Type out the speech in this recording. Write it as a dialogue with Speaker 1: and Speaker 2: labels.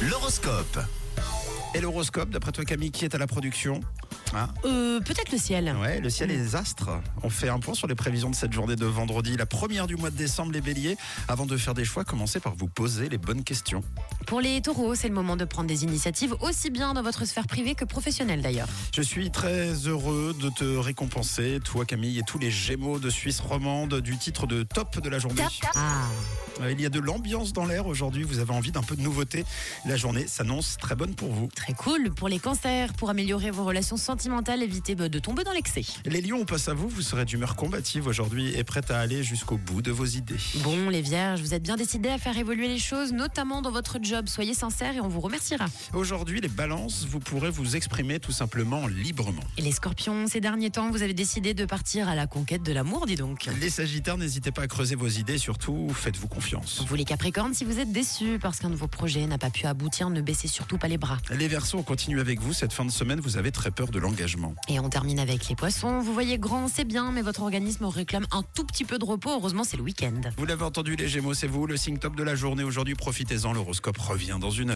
Speaker 1: L'horoscope. Et l'horoscope, d'après toi Camille, qui est à la production Hein
Speaker 2: Euh, peut-être le ciel.
Speaker 1: Ouais, le ciel et les astres. On fait un point sur les prévisions de cette journée de vendredi, la première du mois de décembre, les béliers. Avant de faire des choix, commencez par vous poser les bonnes questions.
Speaker 2: Pour les taureaux, c'est le moment de prendre des initiatives aussi bien dans votre sphère privée que professionnelle d'ailleurs.
Speaker 1: Je suis très heureux de te récompenser, toi Camille et tous les Gémeaux de Suisse romande, du titre de top de la journée.
Speaker 2: Ah,
Speaker 1: Euh, Il y a de l'ambiance dans l'air aujourd'hui, vous avez envie d'un peu de nouveauté. La journée s'annonce très bonne pour vous.
Speaker 2: très cool. Pour les cancers, pour améliorer vos relations sentimentales, évitez bah, de tomber dans l'excès.
Speaker 1: Les lions, on passe à vous, vous serez d'humeur combative aujourd'hui et prête à aller jusqu'au bout de vos idées.
Speaker 2: Bon, les vierges, vous êtes bien décidés à faire évoluer les choses, notamment dans votre job. Soyez sincères et on vous remerciera.
Speaker 1: Aujourd'hui, les balances, vous pourrez vous exprimer tout simplement librement.
Speaker 2: Et les scorpions, ces derniers temps, vous avez décidé de partir à la conquête de l'amour, dis donc.
Speaker 1: Les sagittaires, n'hésitez pas à creuser vos idées, surtout faites-vous confiance.
Speaker 2: Vous les capricornes, si vous êtes déçus parce qu'un de vos projets n'a pas pu aboutir, ne baissez surtout pas les bras.
Speaker 1: Les Verseaux, on continue avec vous. Cette fin de semaine, vous avez très peur de l'engagement.
Speaker 2: Et on termine avec les poissons. Vous voyez grand, c'est bien, mais votre organisme réclame un tout petit peu de repos. Heureusement, c'est le week-end.
Speaker 1: Vous l'avez entendu, les Gémeaux, c'est vous, le signe top de la journée. Aujourd'hui, profitez-en. L'horoscope revient dans une